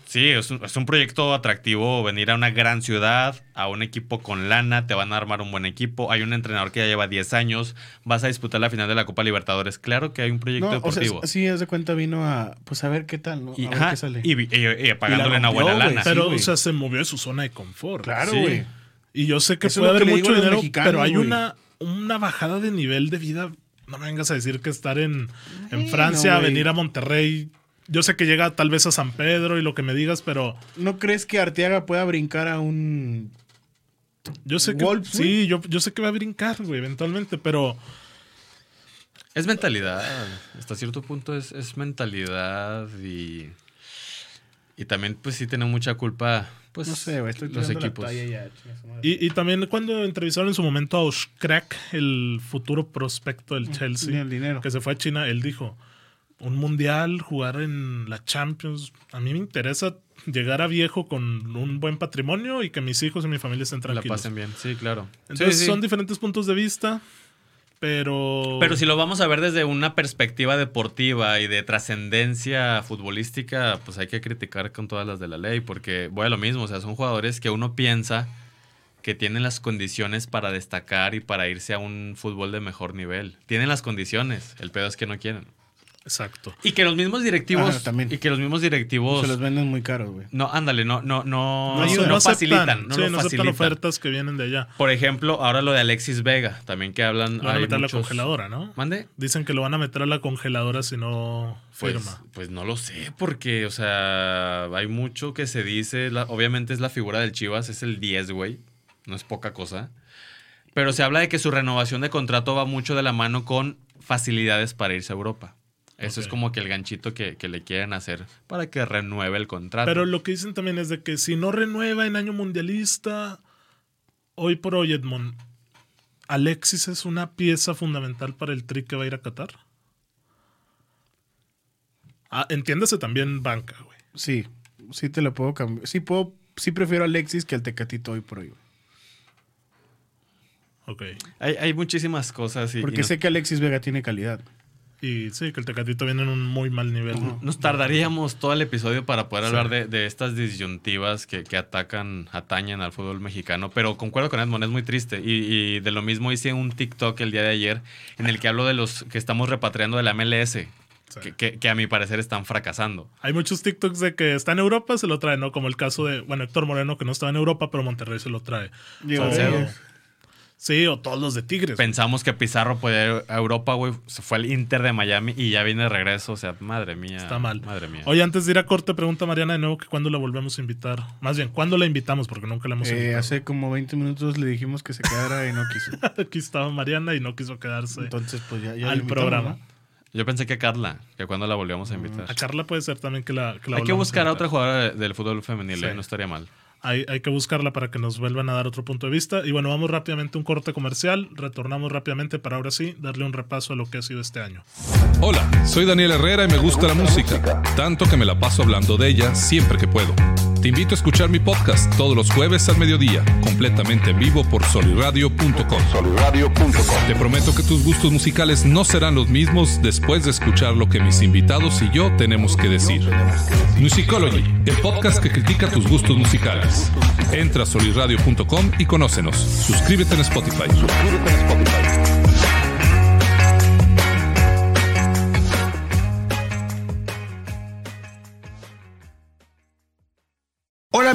Sí, es un, es un proyecto atractivo venir a una gran ciudad, a un equipo con lana, te van a armar un buen equipo, hay un entrenador que ya lleva 10 años, vas a disputar la final de la Copa Libertadores, claro que hay un proyecto No, o sea, deportivo. sí, es de cuenta vino a pues a ver qué tal, ¿no? y, a ver ajá, qué sale. y vi- y- y pagándole una rompió, buena güey, lana. sí. Pero, o güey. sea, se movió de su zona de confort. claro, sí. güey. Y yo sé que Eso es puede lo que haber le mucho digo a dinero, los mexicanos, pero hay güey. una, una bajada de nivel de vida. No me vengas a decir que estar en, en Francia, güey. venir a Monterrey. Yo sé que llega tal vez a San Pedro y lo que me digas, pero ¿No crees que Arteaga pueda brincar a un yo sé que. Wolves, sí, yo, yo sé que va a brincar, güey, eventualmente, pero. Es mentalidad. Hasta cierto punto es, es mentalidad y. Y también, pues sí, tiene mucha culpa. Pues, no sé, güey, estoy los tirando la equipos. talla ya, chinga su madre. Y, y también cuando entrevistaron en su momento a Oshkrak, el futuro prospecto del Ni Chelsea, el dinero. que se fue a China, él dijo, un mundial, jugar en la Champions, a mí me interesa llegar a viejo con un buen patrimonio y que mis hijos y mi familia estén la tranquilos. pasen bien. Sí, claro. Entonces Sí, sí. son diferentes puntos de vista, pero... Pero si lo vamos a ver desde una perspectiva deportiva y de trascendencia futbolística, pues hay que criticar con todas las de la ley, porque voy a lo mismo, o sea, son jugadores que uno piensa que tienen las condiciones para destacar y para irse a un fútbol de mejor nivel. Tienen las condiciones, el pedo es que no quieren. Exacto. Y que los mismos directivos Ah, Ajá, también. y que los mismos directivos Se los venden muy caros, güey. no, ándale, no no no No, no, no aceptan, facilitan, no sí, lo no aceptan facilitan. ofertas que vienen de allá. Por ejemplo, ahora lo de Alexis Vega, también que hablan Lo van a hay meter a la muchos- congeladora, ¿no? ¿Mande? Dicen que lo van a meter a la congeladora si no Pues, firma. pues no lo sé, porque, o sea, hay mucho que se dice. la- obviamente es la figura del Chivas, es el 10, güey. No es poca cosa. Pero se habla de que su renovación de contrato va mucho de la mano con facilidades para irse a Europa. Eso es Ok. como que el ganchito que, que le quieren hacer para que renueve el contrato. Pero lo que dicen también es de que si no renueva en año mundialista, hoy por hoy, Edmond, Alexis es una pieza fundamental para el tri que va a ir a Qatar. Ah, entiéndase también banca, güey. Sí, sí te lo puedo cambiar. Sí puedo, sí prefiero a Alexis que al Tecatito hoy por hoy, güey. Ok. hay, hay muchísimas cosas y, y Porque nos, sé que Alexis Vega tiene calidad. Y sí, que el Tecatito viene en un muy mal nivel. nos tardaríamos todo el episodio para poder hablar de, de estas disyuntivas que, que atacan, atañen al fútbol mexicano. Pero concuerdo con Edmond, es muy triste. Y, y de lo mismo hice un TikTok el día de ayer en el que hablo de los que estamos repatriando de la MLS, Sí. que, que- que a mi parecer están fracasando. Hay muchos TikToks de que está en Europa, se lo trae, ¿no? Como el caso de, bueno, Héctor Moreno, que no estaba en Europa, pero Monterrey se lo trae. Diego Salcedo. Reyes. Sí, o todos los de Tigres. Pensamos que Pizarro puede ir a Europa, güey. Se fue al Inter de Miami y ya viene de regreso. O sea, madre mía. Está mal. Ah, Madre mía. Oye, antes de ir a corte, pregunta Mariana de nuevo que cuándo la volvemos a invitar. Más bien, ¿cuándo la invitamos? Porque nunca la hemos Eh, invitado. hace como 20 minutos le dijimos que se quedara y no quiso. Aquí estaba Mariana y no quiso quedarse. Entonces, pues ya, ya Al lo invitamos, programa. ¿no? Yo pensé que Carla, que cuando la volvíamos a invitar. Mm, a Carla puede ser también que la, la Hay que volvamos buscar a invitar. otra jugadora de- del fútbol femenil, Sí. eh, no estaría mal. Hay, hay que buscarla para que nos vuelvan a dar otro punto de vista. Y bueno, vamos rápidamente a un corte comercial. Retornamos rápidamente para ahora sí darle un repaso a lo que ha sido este año. Hola, soy Daniel Herrera y me gusta la música, tanto que me la paso hablando de ella siempre que puedo. Te invito a escuchar mi podcast todos los jueves al mediodía, completamente en vivo por soliradio.com. Te prometo que tus gustos musicales no serán los mismos después de escuchar lo que mis invitados y yo tenemos que decir. Musicology, el podcast que critica tus gustos musicales. Entra a soliradio.com y conócenos. Suscríbete en Spotify. Hola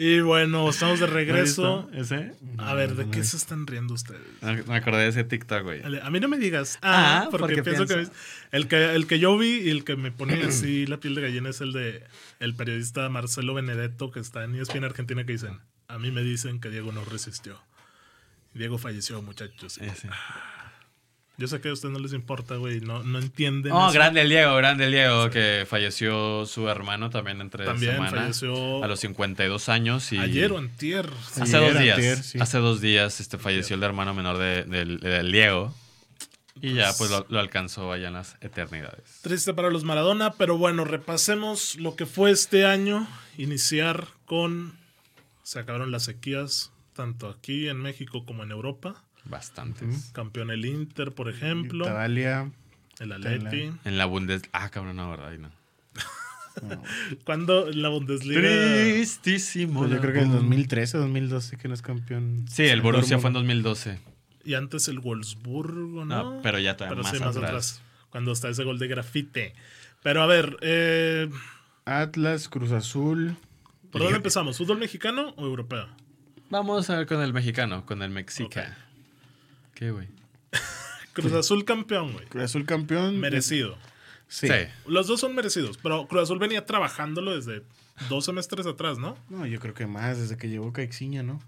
Y bueno, estamos de regreso. ¿Ese? A ver, ¿de qué se están riendo ustedes? Me me acordé de ese TikTok, güey. Ale, A mí no me digas. Ah, Ah, porque, porque pienso que, pienso. es- el que el que yo vi y el que me pone así la piel de gallina es el de el periodista Marcelo Benedetto que está en E ESPN Argentina que dicen, a mí me dicen que Diego no resistió. Diego falleció, muchachos. Ah. Ese. Yo sé que a ustedes no les importa, güey, no, no entienden. Oh, eso. grande el Diego, grande el Diego, que falleció su hermano también entre También semanas. falleció- a los 52 años y... Ayer o antier. Hace Ayer, dos días. antier, sí. Hace dos días este, falleció el hermano menor de- del del Diego. Y ya, pues lo, lo alcanzó allá en las eternidades. Triste para los Maradona, pero bueno, repasemos lo que fue este año. Iniciar con. Se acabaron las sequías, tanto aquí en México como en Europa. Bastantes. Campeón el Inter, por ejemplo. Tabalia. El Atleti. En la Bundes... Ah, cabrón, no, verdad, ahí no. Cuando la Bundesliga. Tristísimo. Pues yo la creo que en Bun- 2013, 2012 que no es campeón. Sí, el Borussia fue en 2012. Y antes el Wolfsburgo, ¿no? No, pero ya todavía más atrás. Cuando está ese gol de grafite. Pero a ver, eh, Atlas, Cruz Azul. ¿por dónde empezamos? ¿Fútbol mexicano o europeo? Vamos a ver con el mexicano, con el mexica. ¿Qué, güey? Cruz Azul campeón, güey. Cruz Azul campeón. Merecido. Sí. Los dos son merecidos, pero Cruz Azul venía trabajándolo desde dos semestres atrás, ¿no? No, yo creo que más, desde que llegó Caixinha, ¿no?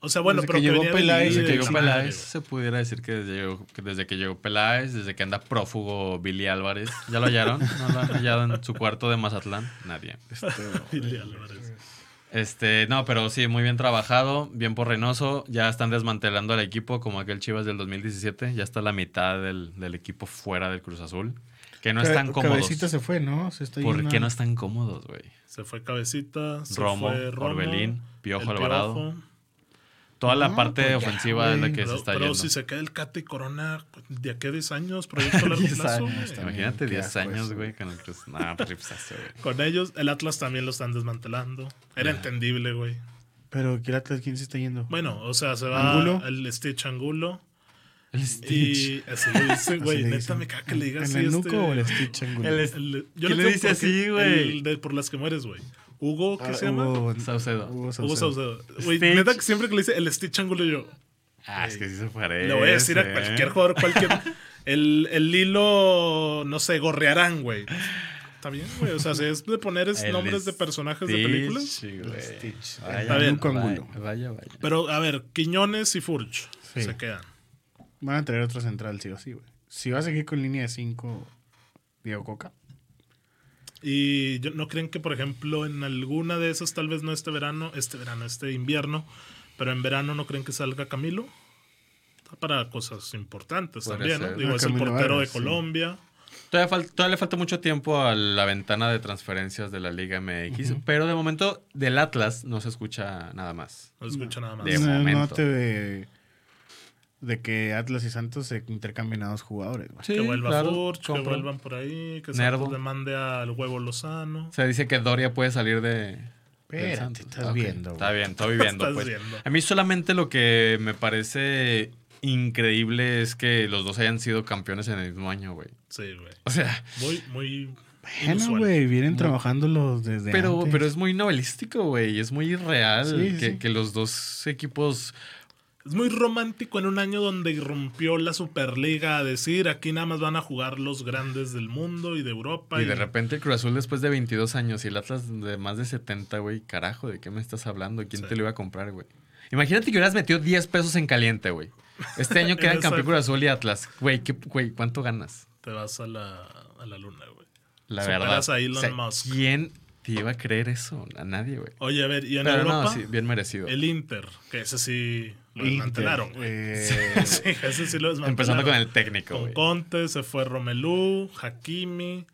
O sea, bueno, Desde pero que que llegó venía de Peláez, Desde que líder, llegó sí, Peláez, madre, se pudiera decir que desde, llegó- que desde que llegó Peláez, desde que anda prófugo Billy Álvarez. ¿Ya lo hallaron? ¿No lo han hallado en su cuarto de Mazatlán? Nadie. Este, güey. Billy Álvarez. Este, no, pero sí, muy bien trabajado, bien por Reynoso. Ya están desmantelando al equipo como aquel Chivas del 2017. Ya está la mitad del, del equipo fuera del Cruz Azul. Que no Ca- están cómodos. Cabecita se fue, ¿no? Se está ¿Por yendo qué a- no están cómodos, güey? Se fue Cabecita, se Romo, fue Romo, Orbelín, Piojo el Alvarado. Toda la No, parte pues ya, ofensiva es la güey. que Pero, se está pero yendo. si se queda el Cate y Corona de aquí a 10 años, proyecto a largo plazo. güey. Imagínate Qué 10 asco años, eso. güey, con el Cruz. pues Nah, ripsazo, güey. Con ellos, el Atlas también lo están desmantelando. Era entendible, güey. Pero ¿qué Atlas quién se está yendo? Bueno, o sea, se va Angulo. el Stitch Angulo. El Y Stitch. así le dicen, güey. Así le Neta, dicen. me caga que le digas ¿En así. el este- nuco o el Stitch Angulo? El- El- no ¿Quién le sé dice por así, qué, güey? el de Por las que mueres, güey. Hugo, ¿qué Ah, se llama? Hugo, Hugo- Saucedo. Hugo Saucedo. Saucedo. Güey, Stitch. neta que siempre que le dice el Stitch Angulo, yo Ah, es que sí se parece. le voy a decir a ¿eh? cualquier jugador, cualquier. el, el hilo, no sé, gorrearán, güey. Está bien, güey. O sea, si es de poner es eh. El nombres de personajes de Stitch, películas. güey. Stitch. Vaya, Está bien. vaya, Angulo. Vaya, vaya. Pero, a ver, Quiñones y Furch Sí. se quedan. Van a traer otro central, sí o sí, güey. Si va a seguir con línea de 5, Diego Coca. Y yo- no creen que, por ejemplo, en alguna de esas, tal vez no este verano, este verano, este invierno, pero en verano no creen que salga Camilo. Está para cosas importantes Podría también, ¿no? ser. Digo, Ah, es el Camilo portero Vargas, de sí. Colombia. Todavía, fal- todavía le falta mucho tiempo a la ventana de transferencias de la Liga MX, pero de momento del Atlas no se escucha nada más. No escucho nada más. De no, no momento. te ve de que Atlas y Santos se intercambien a dos jugadores, güey. que vuelva claro, Furch, que compro. vuelvan por ahí, que Nervo. Santos demande al huevo Lozano. Se dice que Doria puede salir de. del Espérate, Santos. estás Ah, ok. viendo, Está güey. bien, estoy viendo. Estás pues. viendo. A mí solamente lo que me parece increíble es que los dos hayan sido campeones en el mismo año, güey. Sí, güey. O sea, Muy, muy. Bueno, inusual. güey, vienen trabajándolos desde pero, antes. pero es muy novelístico, güey. Es muy irreal Sí, sí, que, sí. que los dos equipos. Es muy romántico en un año donde irrumpió la Superliga a decir aquí nada más van a jugar los grandes del mundo y de Europa. Y de repente el Cruz Azul después de 22 años y el Atlas de más de 70, güey. Carajo, ¿de qué me estás hablando? ¿Quién Sí. te lo iba a comprar, güey? Imagínate que hubieras metido 10 pesos en caliente, güey. Este año quedan Exacto. campeón Cruz Azul y Atlas. Güey, ¿qué- güey, ¿cuánto ganas? te vas a la, a la luna, güey. La Superas verdad. a Elon O sea, Musk. ¿Quién te iba a creer eso? A nadie, güey. Oye, a ver, y en Pero Europa, no, sí, bien merecido. el Inter, que ese sí lo Inter, desmantelaron. güey. eh, Sí, ese sí lo desmantelaron. Empezando con el técnico, Con güey. Conte, se fue Romelu, Hakimi,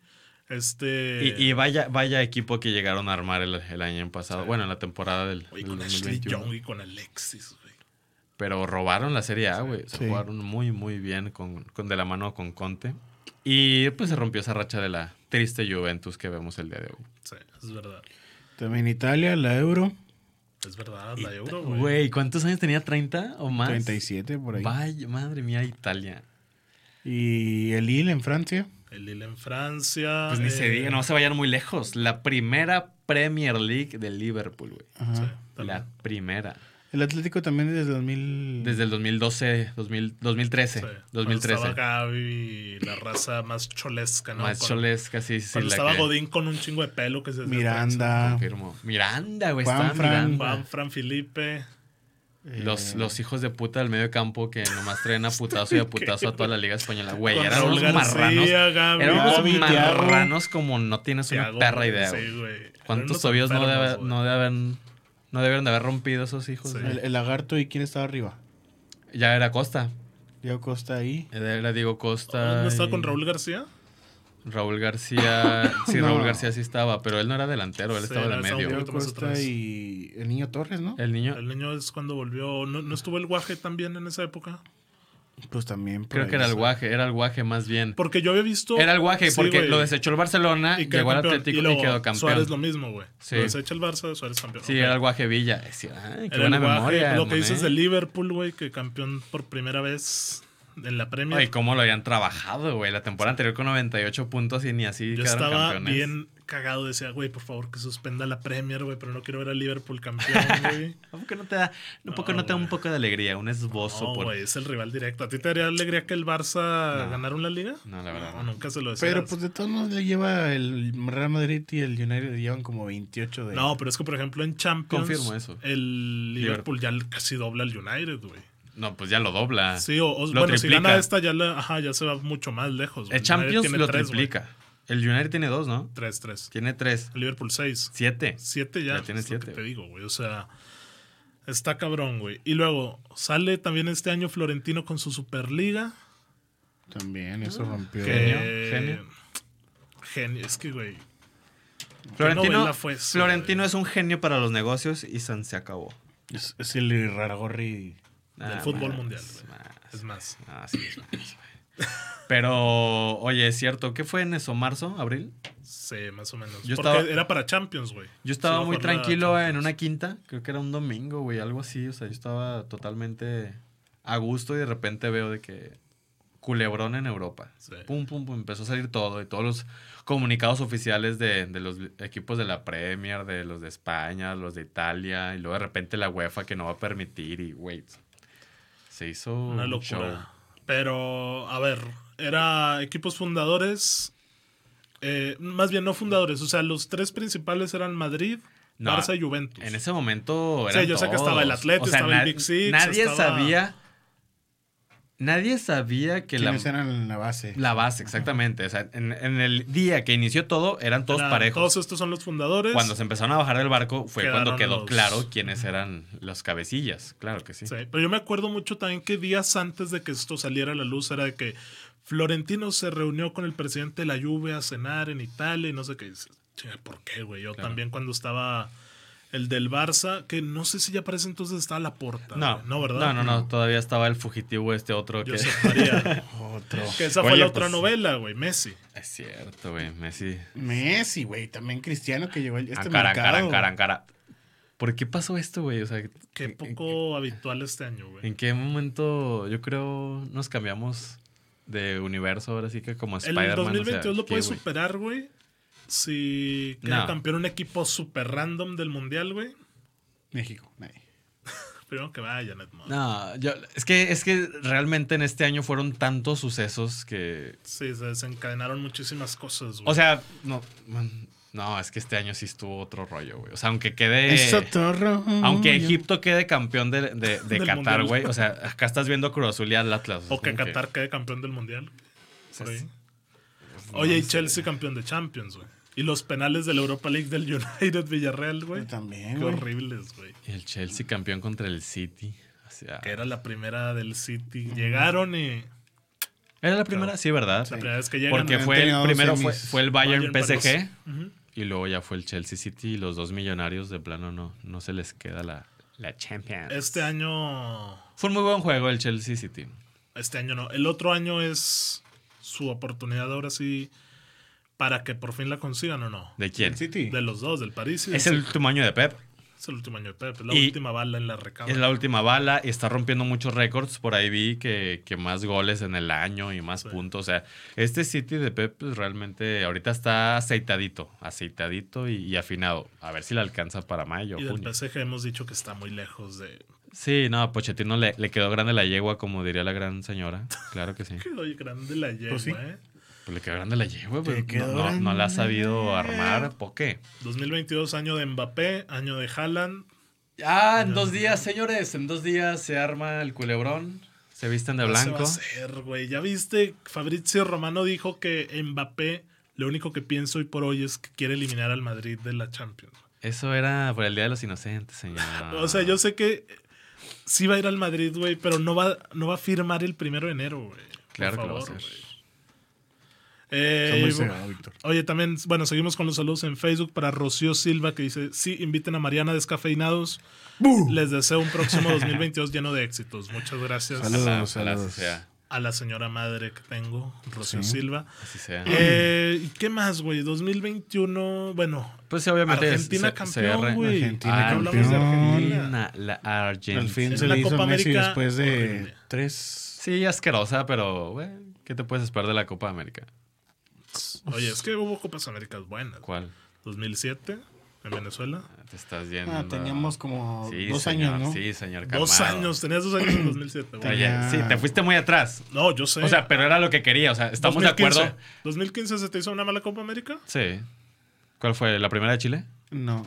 este... Y, y vaya, vaya equipo que llegaron a armar el, el año pasado. Bueno, en la temporada del, güey, del con Ashley 2021. Young y con Alexis, güey. Pero robaron la Serie A, güey. Se Sí. jugaron muy, muy bien con, con- de la mano con Conte. Y pues se rompió esa racha de la triste Juventus que vemos el día de hoy. Sí, es verdad. También Italia, la Euro. Es verdad, la Euro, güey. Güey, ¿cuántos años tenía? ¿30 o más? 37 por ahí. Vaya, madre mía, Italia. Y el Lille en Francia. El Lille en Francia. Pues ni se eh, diga, no se vayan muy lejos. La primera Premier League de Liverpool, güey. sí, La también. primera. El Atlético también desde 2000. Desde el 2012, 2000, 2013. Sí. Cuando 2013. Estaba Gavi, la raza más cholesca, ¿no? Más Con- cholesca, sí, sí. Cuando la estaba que- Godín con un chingo de pelo que se desgastó. Miranda. Confirmo. Miranda, güey. Juan Estaba Fran. eh, Miranda. Juan, Fran Felipe. Los, los hijos de puta del medio campo que nomás traen a putazo y a putazo a toda la liga española. Güey, Con eran Raúl unos García, marranos. Gaby, Eran unos Gaby, Thiago. marranos como no tienes una Thiago, perra güey, idea, sí, güey. güey. Eran ¿Cuántos unos tobillos no, enfermos, debe- güey. no deben, no debieron de haber rompido esos hijos? Sí. güey? El, el lagarto y quién estaba arriba. Ya era Costa. Diego Costa ahí. Era Diego Costa. ¿No y estaba con Raúl García? Raúl García. Sí, No. Raúl García sí estaba, pero él no era delantero, Sí, él estaba de era- estaba medio. un güey. Diego poquito más Costa atrás. y el niño Torres, ¿no? El niño, El niño es cuando volvió. ¿No, no estuvo el guaje también en esa época? Pues también. por creo ahí que era el está. guaje, era el guaje más bien. Porque yo había visto. Era el guaje, Sí, porque güey. lo desechó el Barcelona, Y quedó llegó al campeón. Atlético y, luego quedó campeón. Suárez lo mismo, güey. Sí. Lo desecha el Barça, Suárez campeón. Sí, Ok. era el Guaje Villa. Decía, ay, qué Era buena el guaje. memoria. Lo que dices Monet. de Liverpool, güey, que campeón por primera vez en la Premier. Ay, cómo lo habían trabajado, güey. La temporada anterior con 98 puntos y ni así Yo quedaron estaba campeones. bien cagado, decía, güey, por favor que suspenda la Premier, güey, pero no quiero ver a Liverpool campeón, güey. ¿A poco no te da, un poco, no, te da un poco de alegría? Un esbozo No, por... güey, es el rival directo. ¿A ti te haría alegría que el Barça No. ganaron la liga? No, la verdad, No, no. nunca se lo decía. Pero pues de todos modos le lleva el Real Madrid y el United llevan como 28 de. No, pero es que, por ejemplo, en Champions. Confirmo eso. El Liverpool ya casi dobla al United, güey. No, pues ya lo dobla. Sí, o, o- Lo bueno, si triplica. gana esta, ya, la- ajá, ya se va mucho más lejos. güey. El United Champions pues, tiene lo tres, güey. triplica. El United tiene dos, ¿no? Tres, tres. Tiene tres. El Liverpool, seis. Siete. Siete ya. Ya tiene es lo que siete, Te güey. digo, güey. O sea, está cabrón, güey. Y luego sale también este año Florentino con su Superliga. También, eso rompió. que- genio. Genio. Es que, güey. Florentino, novela fue eso, Florentino güey? es un genio para los negocios y San se acabó. Es, es el Raragorri. Del Ah, fútbol más, mundial, güey. más. Es más. Ah, sí, es más, güey. Pero, oye, es cierto, ¿qué fue en eso? ¿Marzo? ¿Abril? Sí, más o menos. Yo Porque estaba- era para Champions, güey. Yo estaba Sí, muy mejor la tranquilo en Champions. una quinta, creo que era un domingo, güey, algo así, o sea, yo estaba totalmente a gusto y de repente veo de que culebrón en Europa. Sí. Pum, pum, pum, empezó a salir todo y todos los comunicados oficiales de, de los equipos de la Premier, de los de España, los de Italia, y luego de repente la UEFA que no va a permitir y, güey, se hizo Una un locura. Pero, a ver, era equipos fundadores. eh, más bien, no fundadores. O sea, los tres principales eran Madrid, No, Barça y Juventus. En ese momento Sí, eran yo sé que estaba el todos. Atleti, estaba el na- Big Six, Nadie estaba- sabía. Nadie sabía que la, ¿Quiénes eran la base? la base, exactamente. O sea, en, en el día que inició todo, eran todos Eran- parejos. Todos estos son los fundadores. Cuando se empezaron a bajar del barco, fue Quedaron cuando quedó los- claro quiénes eran los cabecillas. Claro que sí. Sí, pero yo me acuerdo mucho también que días antes de que esto saliera a la luz era de que Florentino se reunió con el presidente de la Juve a cenar en Italia y no sé qué. Y dices, "Chinga, ¿Por qué, güey? Yo también cuando estaba el del Barça, que no sé si ya parece entonces estaba la porta. No, no, ¿verdad? No, no, no. Todavía estaba el fugitivo este otro que. Josep María. Otro. que esa fue Oye, la otra pues- novela, güey, Messi. Es cierto, güey. Messi. Ah, Messi, güey. También Cristiano que llegó a este Ancara, mercado. Ancara, Ancara, Ancara. ¿Por qué pasó esto, güey? O sea, Qué ¿en- en- poco habitual este año, güey. ¿En qué momento yo creo nos cambiamos de universo ahora sí que como El Spider-Man? o sea, 2022 lo ¿qué, puede güey? superar, güey. Si queda No. campeón un equipo super random del mundial, güey. México. nadie. Primero que vayan, Edmond. No, yo- es, que, es que realmente en este año fueron tantos sucesos que... Sí, se desencadenaron muchísimas cosas, güey. O sea, no, man, no, es que este año sí estuvo otro rollo, güey. O sea, aunque Eh, quede... Es otro rollo. Aunque Egipto quede campeón de, de- de Del Qatar, mundial. güey. O sea, acá estás viendo Cruz Azul y al Atlas. o que como Qatar quede campeón del mundial. por ahí. Pues, no Oye, y sé. Chelsea campeón de Champions, güey. Y los penales de la Europa League del United Villarreal, güey. También, Qué güey. horribles, güey. Y el Chelsea campeón contra el City. O sea, Que era la primera del City. Llegaron y. ¿Era la primera? Sí, ¿verdad? La primera vez que llegan. Porque ¿no? fue el Tenido primero fue, semis. fue el Bayern, Bayern, PSG Ujú. y luego ya fue el Chelsea City y los dos millonarios de plano no, no se les queda la, la Champions. Este año. Fue un muy buen juego el Chelsea City. Este año no. El otro año es su oportunidad ahora sí. Para que por fin la consigan o no. ¿De quién? City. De los dos, del París. y Es del el último año de Pep. City. Es el último año de Pep. Es la Y- última bala en la recámara. Es la última bala y está rompiendo muchos récords. Por ahí vi que, que más goles en el año y más puntos. O sea, este City de Pep pues, realmente ahorita está aceitadito, aceitadito y, y afinado. A ver si le alcanza para mayo. Y del Junio. PSG hemos dicho que está muy lejos de. Sí, no, a Pochettino le, le quedó grande la yegua, como diría la gran señora. Claro que sí. Quedó grande la yegua, sí. ¿eh? Pues le quedó grande la yegua, pero Le quedó no, no- no la ha sabido armar. ¿Por qué? 2022, año de Mbappé, año de Haaland. Ah, en dos días, señores. En dos días se arma el culebrón. Se visten de No se blanco. va a hacer, güey. Ya viste, Fabrizio Romano dijo que Mbappé, lo único que pienso hoy por hoy es que quiere eliminar al Madrid de la Champions. Eso era por el Día de los Inocentes, señora. O sea, yo sé que sí va a ir al Madrid, güey, pero no va, no va a firmar el primero de enero, güey. Por Claro que lo va a favor, hacer. güey. Eh, Está muy bueno, cerrado, Víctor. Oye, también, bueno, seguimos con los saludos en Facebook para Rocío Silva que dice, sí, inviten a Mariana Descafeinados. Les deseo un próximo 2022 lleno de éxitos. Muchas gracias Ojalá, Saludos, ojalá así saludos. sea. a la señora madre que tengo, Rocío Silva. Así sea. Eh, ¿y ¿Qué más, güey? 2021, bueno, Pues sí, obviamente. Argentina se- se campeón, re- güey. Argentina Ah, hablamos de Argentina. Argentina, la Argentina. Al fin Es se la le hizo Copa a Messi América después de horrible. tres. Sí, asquerosa, pero, güey, ¿qué te puedes esperar de la Copa América? Oye, es que hubo Copas Américas buenas. ¿Cuál? 2007 en Venezuela. Te estás yendo. Ah, teníamos como Sí, dos señor, años, ¿no? Sí, señor Dos calmado. años, tenías dos años en 2007. Oye, güey. Tenía- sí, te fuiste muy atrás. No, yo sé. O sea, pero era lo que quería. O sea, estamos de acuerdo. 2015 se te hizo una mala Copa América. Sí. ¿Cuál fue? ¿La primera de Chile? No,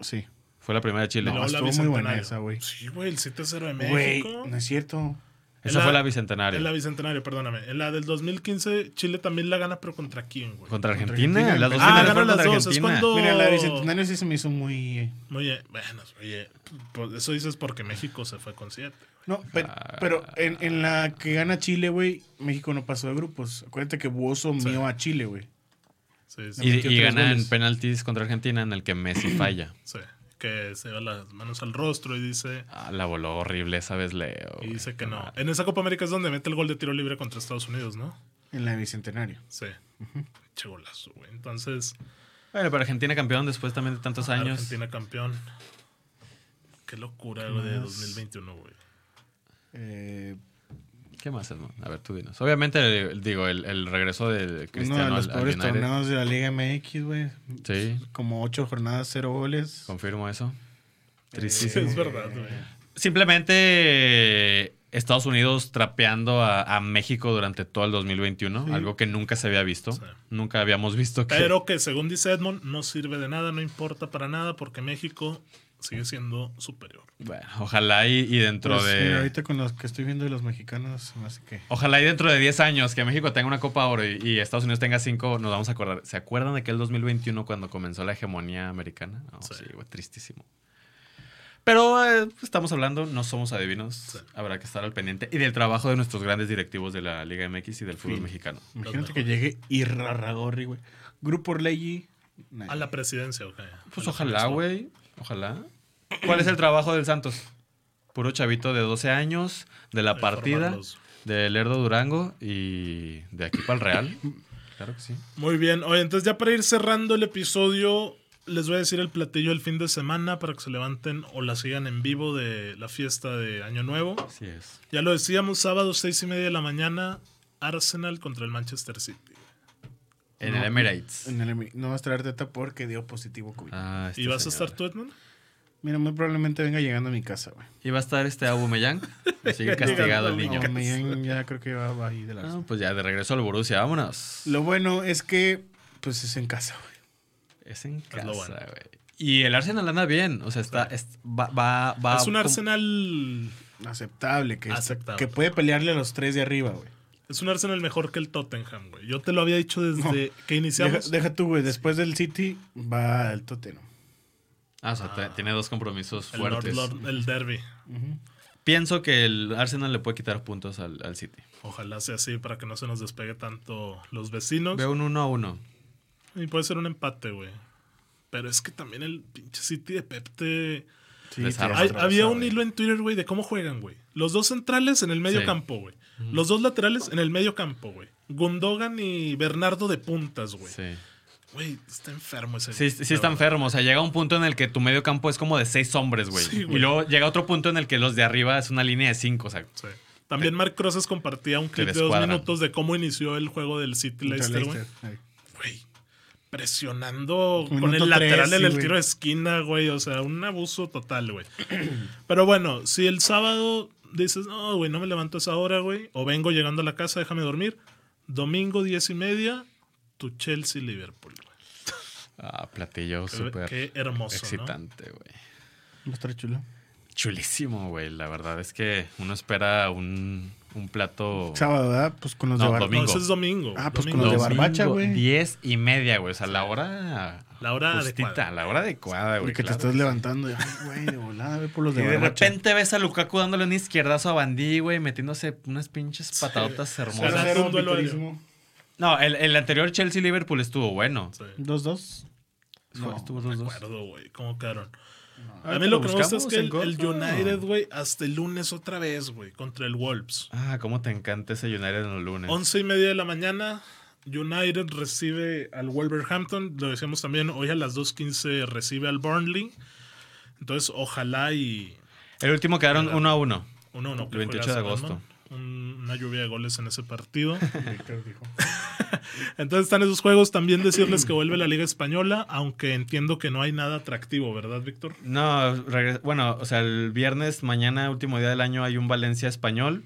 sí. Fue la primera de Chile. Y luego la estuvo muy buena Bicentenario. esa, güey. Sí, güey, el 7-0 de Güey, México. no es cierto. Esa En fue la En la bicentenaria. Bicentenario, perdóname. En la del 2015, Chile también la gana, pero ¿contra quién, güey? Contra Argentina. Argentina. Las dos Ah, finales ganaron fueron las contra dos, es Argentina. cuando- Mira, la bicentenario sí se me hizo muy. eh, Muy bien, bueno, oye, pues eso dices porque México se fue con 7. No, pe- pero, en, en la que gana Chile, güey, México no pasó de grupos. Acuérdate que Buoso mío a Chile, güey. Sí, sí, Y, metió y tres gana en goles. penaltis contra Argentina en el que Messi falla. sí. Que se va las manos al rostro y dice, Ah, la voló horrible esa vez Leo. y güey. dice que no. En esa Copa América es donde mete el gol de tiro libre contra Estados Unidos, ¿no? En la bicentenario. Sí. Che golazo, güey. Entonces, Bueno, pero Argentina campeón después también de tantos años. Ah, Argentina campeón. Qué locura lo de 2021, güey. Eh, ¿Qué más, hermano? A ver, tú dinos. Obviamente, el- digo, el, el regreso de uno Cristiano de los al- al peores United. torneos de la Liga MX, güey. Sí, Como ocho jornadas, cero goles. Eh, confirmo eso. Sí, Tristísimo. es verdad, güey. Simplemente eh, Estados Unidos trapeando a, a México durante todo el 2021, algo que nunca se había visto. Nunca habíamos visto que. Pero que según dice Edmond, no sirve de nada, no importa para nada, porque México sigue siendo superior. Bueno, ojalá y, y dentro Pues, de. mira, ahorita con los que estoy viendo de los mexicanos, más que. Ojalá y dentro de 10 años que México tenga una Copa Oro y, y Estados Unidos tenga 5, nos vamos a acordar. ¿Se acuerdan de aquel 2021 cuando comenzó la hegemonía americana? No, sí, güey, tristísimo. Pero eh, estamos hablando, no somos adivinos. Habrá que estar al pendiente. Y del trabajo de nuestros grandes directivos de la Liga MX y del fútbol mexicano. Imagínate que llegue Irrarragorri, güey. Grupo Orlegui. nah. A la presidencia, ok. Pues A la ojalá, presidencia. güey. Ojalá. ¿Cuál es el trabajo del Santos? Puro chavito de 12 años, de la De partida, formarlos. del Lerdo Durango y de aquí para el Real. Claro que sí. Muy bien. Oye, entonces ya para ir cerrando el episodio, les voy a decir el platillo el fin de semana para que se levanten o la sigan en vivo de la fiesta de Año Nuevo. Así es. Ya lo decíamos, sábado seis y media de la mañana, Arsenal contra el Manchester City. En el Emirates. En el Emi- no va a estar Arteta porque dio positivo COVID. Ah, este ¿Y vas señor. a estar tú, Edmond? Mira, muy probablemente venga llegando a mi casa, güey. ¿Y va a estar este Aubameyang? Me sigue castigado el niño. No, Aubameyang ya creo que va, va ahí de la No, pues ya de regreso al Borussia, vámonos. Lo bueno es que, pues es en casa, güey. Es en casa, lo güey. bueno. Y el Arsenal anda bien, o sea, está es- va, va, va- es un com- Arsenal Aceptable que, Aceptable. que puede pelearle a los tres de arriba, güey. Es un Arsenal mejor que el Tottenham, güey. Yo te lo había dicho desde que Deja, iniciamos. deja tú, güey. Después del City va al Tottenham. Ah, o sea, te- tiene dos compromisos el, Lord- fuertes. Lord- el derby. Pienso que el Arsenal le puede quitar puntos al, al City. Ojalá sea así para que no se nos despegue tanto los vecinos. Veo un 1 a 1. Y puede ser un empate, güey. Pero es que también el pinche City de Pep te- Sí, Desarma. Hay- te destroza, había un güey. hilo en Twitter, güey, de cómo juegan, güey. Los dos centrales en el medio Sí. campo, güey. Los dos laterales en el medio campo, güey. Gundogan y Bernardo de puntas, güey. Sí. Güey, está enfermo ese. Sí, sí está la verdad. enfermo. O sea, llega un punto en el que tu medio campo es como de seis hombres, güey. Sí, güey. y luego llega otro punto en el que los de arriba es una línea de cinco. O sea, Sí. También Mark Crosses compartía un clip de dos descuadran. minutos de cómo inició el juego del City Contra Leicester, güey. Leicester. Ahí. Güey, Presionando Minuto con el tres, lateral en sí, el güey. tiro de esquina, güey. O sea, un abuso total, güey. Pero bueno, si el sábado dices, no, güey, no me levanto a esa hora, güey. O vengo llegando a la casa, déjame dormir. Domingo, diez y media, tu Chelsea-Liverpool, güey. ah, platillo Qué- súper Qué hermoso, ¿no? excitante, güey. Va a estar chulo. Chulísimo, güey. La verdad es que uno espera un, un plato. Sábado, ¿verdad? Pues con los Oh. No, de Bar- No, domingo. ese es domingo. Ah, pues con domingo. los de barbacha, güey. Diez y media, güey. O sea, la hora. La hora justita, adecuada. La hora adecuada, güey. Porque te claro. estás levantando. y, Ay, güey, de volada, ve por los Y de de Barbacha. repente ves a Lukaku dándole un izquierdazo a Bandí, güey, metiéndose unas pinches patadotas O sea, hermosas. es un duelo aéreo. 0-0, No, el, el anterior Chelsea-Liverpool estuvo bueno. Sí. 2-2. Estuvo- estuvo dos, No dos. me acuerdo, güey, cómo quedaron. A Ahorita mí lo lo que me gusta es buscamos que en el, el Copa. United, güey, hasta el lunes otra vez, güey, contra el Wolves. Ah, cómo te encanta ese United en los lunes. Once y media de la mañana, United recibe al Wolverhampton. Lo decíamos también, hoy a las 2.15 recibe al Burnley. Entonces, ojalá y... El último quedaron uno a uno. Uno, uno, El que 28 de juegazo, agosto. ¿no? Un- Una lluvia de goles en ese partido. Entonces están esos juegos. También decirles que vuelve la Liga Española, aunque entiendo que no hay nada atractivo, ¿verdad, Víctor? No, regre- bueno, o sea, el viernes, mañana, último día del año, hay un Valencia español.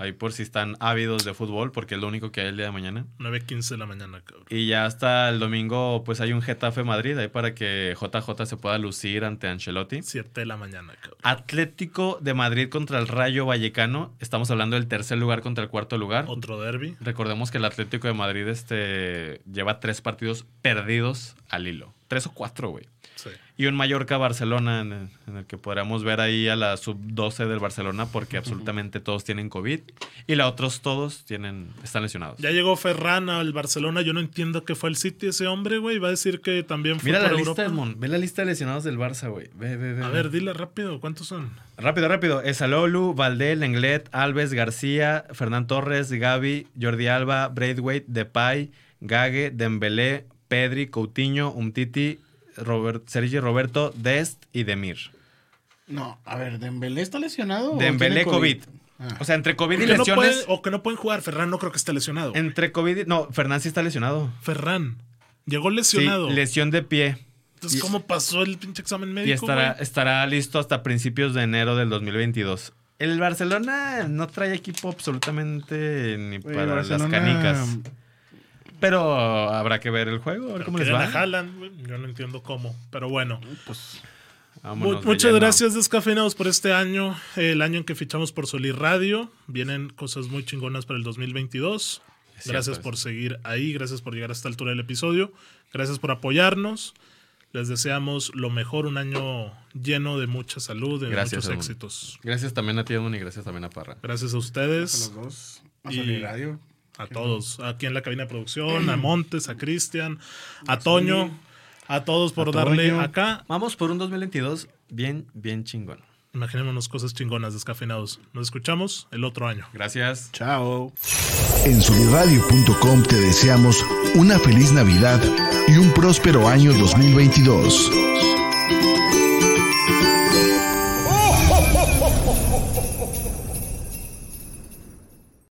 Ahí por si están ávidos de fútbol, porque es lo único que hay el día de mañana. 9.15 de la mañana, cabrón. Y ya hasta el domingo, pues hay un Getafe Madrid, ahí para que JJ se pueda lucir ante Ancelotti. 7 de la mañana, cabrón. Atlético de Madrid contra el Rayo Vallecano. Estamos hablando del tercer lugar contra el cuarto lugar. Otro derby. Recordemos que el Atlético de Madrid este, lleva tres partidos perdidos al hilo. Tres o cuatro, güey. Sí. Y un Mallorca-Barcelona en, el- en el que podríamos ver ahí a la sub-12 del Barcelona porque absolutamente todos tienen COVID y la otros todos tienen, están lesionados. Ya llegó Ferran al Barcelona. Yo no entiendo qué fue el City ese hombre, güey. Va a decir que también fue Mira la por lista, Europa. Edmond. Ve la lista de lesionados del Barça, güey. Ve, ve, ve. A ver, dile rápido, ¿cuántos son? Rápido, rápido. Esalolu, Valdé, Lenglet, Alves, García, Fernán Torres, Gaby, Jordi Alba, Braithwaite, Depay, Gague, Dembélé, Pedri, Coutinho, Umtiti, Robert, Sergi Roberto, Dest y Demir. No, a ver, ¿Dembélé está lesionado? o Dembélé, tiene Ah. COVID. O sea, entre COVID y Ah. Que no lesiones... pueden- o que no pueden jugar. Ferran no creo que esté lesionado. güey. Entre COVID. y- No, Fernández sí está lesionado. Ferran. Llegó Sí, lesionado. lesión de pie. Entonces, ¿cómo pasó el pinche examen médico? Y estará, güey? estará listo hasta principios de enero del 2022. El Barcelona no trae equipo absolutamente ni Güey, para Barcelona- las canicas. Pero habrá que ver el juego, a ver Pero cómo les quieren va. a Haaland, güey. Yo no entiendo cómo, pero bueno. Mu- Vámonos, muchas Villano. gracias, descafeinados, por este año, el año en que fichamos por Solir Radio. Vienen cosas muy chingonas para el 2022. Es cierto, Gracias es. por seguir ahí, gracias por llegar a esta altura del episodio, gracias por apoyarnos. Les deseamos lo mejor, un año lleno de mucha salud, de Gracias, muchos Edmund. éxitos. Gracias también a ti, Edmund, y gracias también a Parra. Gracias a COVID. A ustedes, los dos. A Y- Sony Radio. a todos, aquí en la cabina de producción, a Montes, a Cristian, Mm. a Toño, a todos por A darle Toño. acá. Vamos por un 2022 bien, bien chingón. Imaginémonos cosas chingonas, descafeinados. Nos escuchamos el otro año. Gracias. Chao. En solirradio.com te deseamos una feliz Navidad y un próspero año 2022.